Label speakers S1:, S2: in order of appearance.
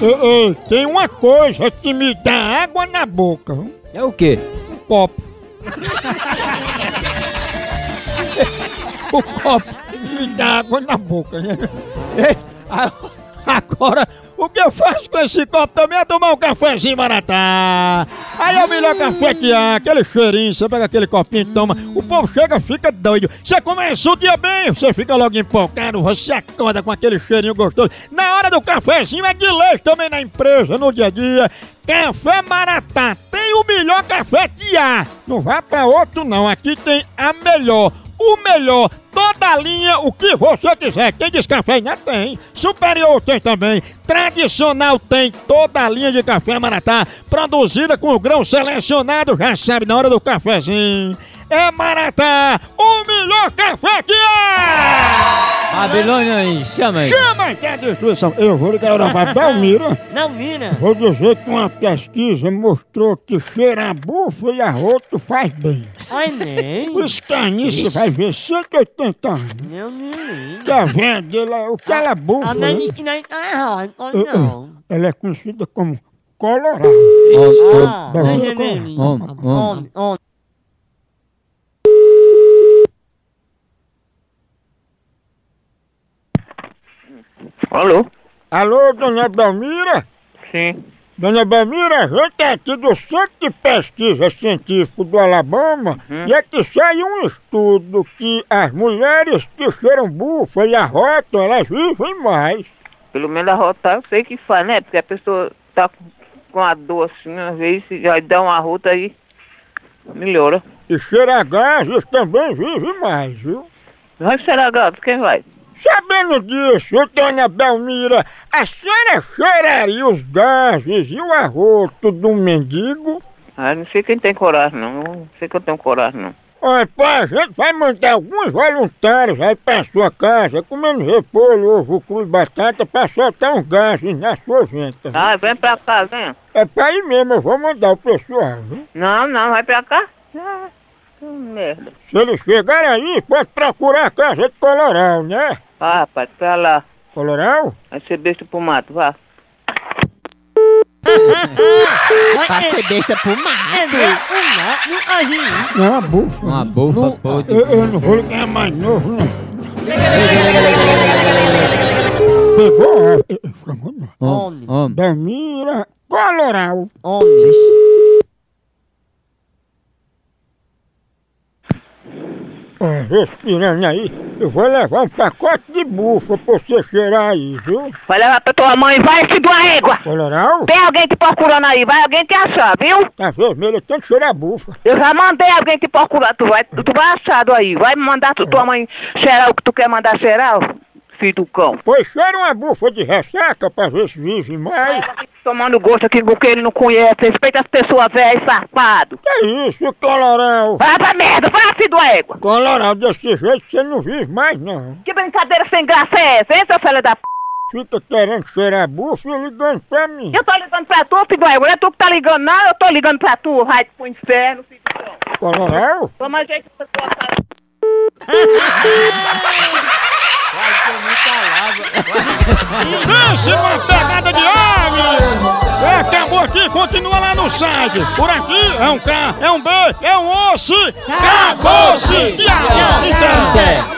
S1: Ei, ei, tem uma coisa que me dá água na boca, viu?
S2: É o quê?
S1: um copo.
S2: O copo.
S1: Me dá água na boca. né? Ei, a- agora, o que eu faço com esse copo também é tomar um cafezinho maratá. Aí é o melhor café que há, aquele cheirinho, você pega aquele copinho e toma. O povo chega, fica doido. Você começa o dia bem, você fica logo empolgado, você acorda com aquele cheirinho gostoso. Na hora do cafezinho é de leite também na empresa, no dia a dia. Café Maratá tem o melhor café que há. Não vá pra outro não, aqui tem a melhor o melhor, toda a linha, o que você quiser. Tem descafeinado? Tem. Superior tem também. Tradicional tem toda a linha de café Maratá, produzida com o grão selecionado, já sabe, na hora do cafezinho. É Maratá, o melhor café que é!
S2: Babilônia aí, chama aí.
S1: Chama que é destruição. Eu vou ligar agora pra Belmira.
S3: Não, mina.
S1: Vou dizer que uma pesquisa mostrou que cheirar bufa e arroto faz bem.
S3: Ai, nem.
S1: Por isso que a Anice vai ver 180 anos.
S3: Não, nem.
S1: Tá vendo? Ela, o que ela busca,
S3: A
S1: né?
S3: Nani tá errada. Olha, não.
S1: Ela é conhecida como Colorado.
S3: Ah,
S1: Bom,
S3: Nani,
S1: bom,
S3: Nani.
S2: bom, bom.
S3: Homem, homem.
S4: Alô?
S1: Alô, dona Belmira?
S4: Sim.
S1: Dona Belmira, a gente é aqui do Centro de Pesquisa Científico do Alabama e aqui saiu um estudo que as mulheres que cheiram bufa e arrotam, elas vivem mais.
S4: Pelo menos arrotar eu sei que faz, né? Porque a pessoa tá com- com a dor assim, às vezes já dá uma rota aí, melhora.
S1: E cheirar gases também vive mais, viu?
S4: Vai cheirar gato, quem vai?
S1: Sabendo disso, dona Belmira, a senhora cheiraria os gases e o arroto de um mendigo?
S4: Ah, não sei quem tem coragem, não. Não sei que eu tenho coragem, não.
S1: Olha, pai, a gente vai mandar alguns voluntários aí pra sua casa, comendo repolho, ovo cru e batata, pra soltar uns gases na sua venta.
S4: Ah, vem pra cá, vem.
S1: É pra ir mesmo, eu vou mandar o pessoal. viu?
S4: Não, não, vai pra cá. Ah, que merda.
S1: Se eles chegarem aí, pode procurar a casa de Coloral, né?
S4: Ah, rapaz, pra lá.
S1: Coloral?
S4: Vai ser besta pro mato, vá.
S3: Pra ser besta pro mato. É, não,
S1: Não, a bufa.
S2: Uma bufa podre.
S1: Eu, eu não vou ligar mais novo, não. Pegou? é, é, fica muito bom.
S2: Homem, homem.
S1: Belmira Coloral.
S3: Homem.
S1: Ó, respirando aí, eu vou levar um pacote de bufa pra você cheirar aí, viu?
S4: Vai levar pra tua mãe, vai se doar régua.
S1: Coloral?
S4: Tem alguém te procurando aí, vai alguém te achar, viu?
S1: Tá vermelho, tem que cheirar bufa.
S4: Eu já mandei alguém te procurar, tu vai, tu vai achado aí, vai mandar tu, tua mãe cheirar o que tu quer mandar cheirar, ó, filho do cão.
S1: Pois cheira uma bufa de ressaca pra ver se vive mais.
S4: Ela fica Tomando gosto aqui porque ele não conhece, respeita as pessoas velhas, safado.
S1: Que isso, Coloral?
S4: Vai pra merda, vai filho da égua.
S1: Coloral, desse jeito você não vive mais, não.
S4: Que brincadeira sem graça é essa, hein, seu filho da p...
S1: Fica querendo cheirar bufa e ligando pra mim.
S4: Eu tô ligando pra tu, filho da égua, não é tu que tá ligando não, eu tô ligando pra tu, vai pro inferno, filho do cão.
S1: Coloral?
S4: Toma jeito pra tua cara.
S1: Décima pegada de homem! É, acabou aqui, continua lá no site. Por aqui é um K, é um B, é um osso. Acabou-se! Acabou-se!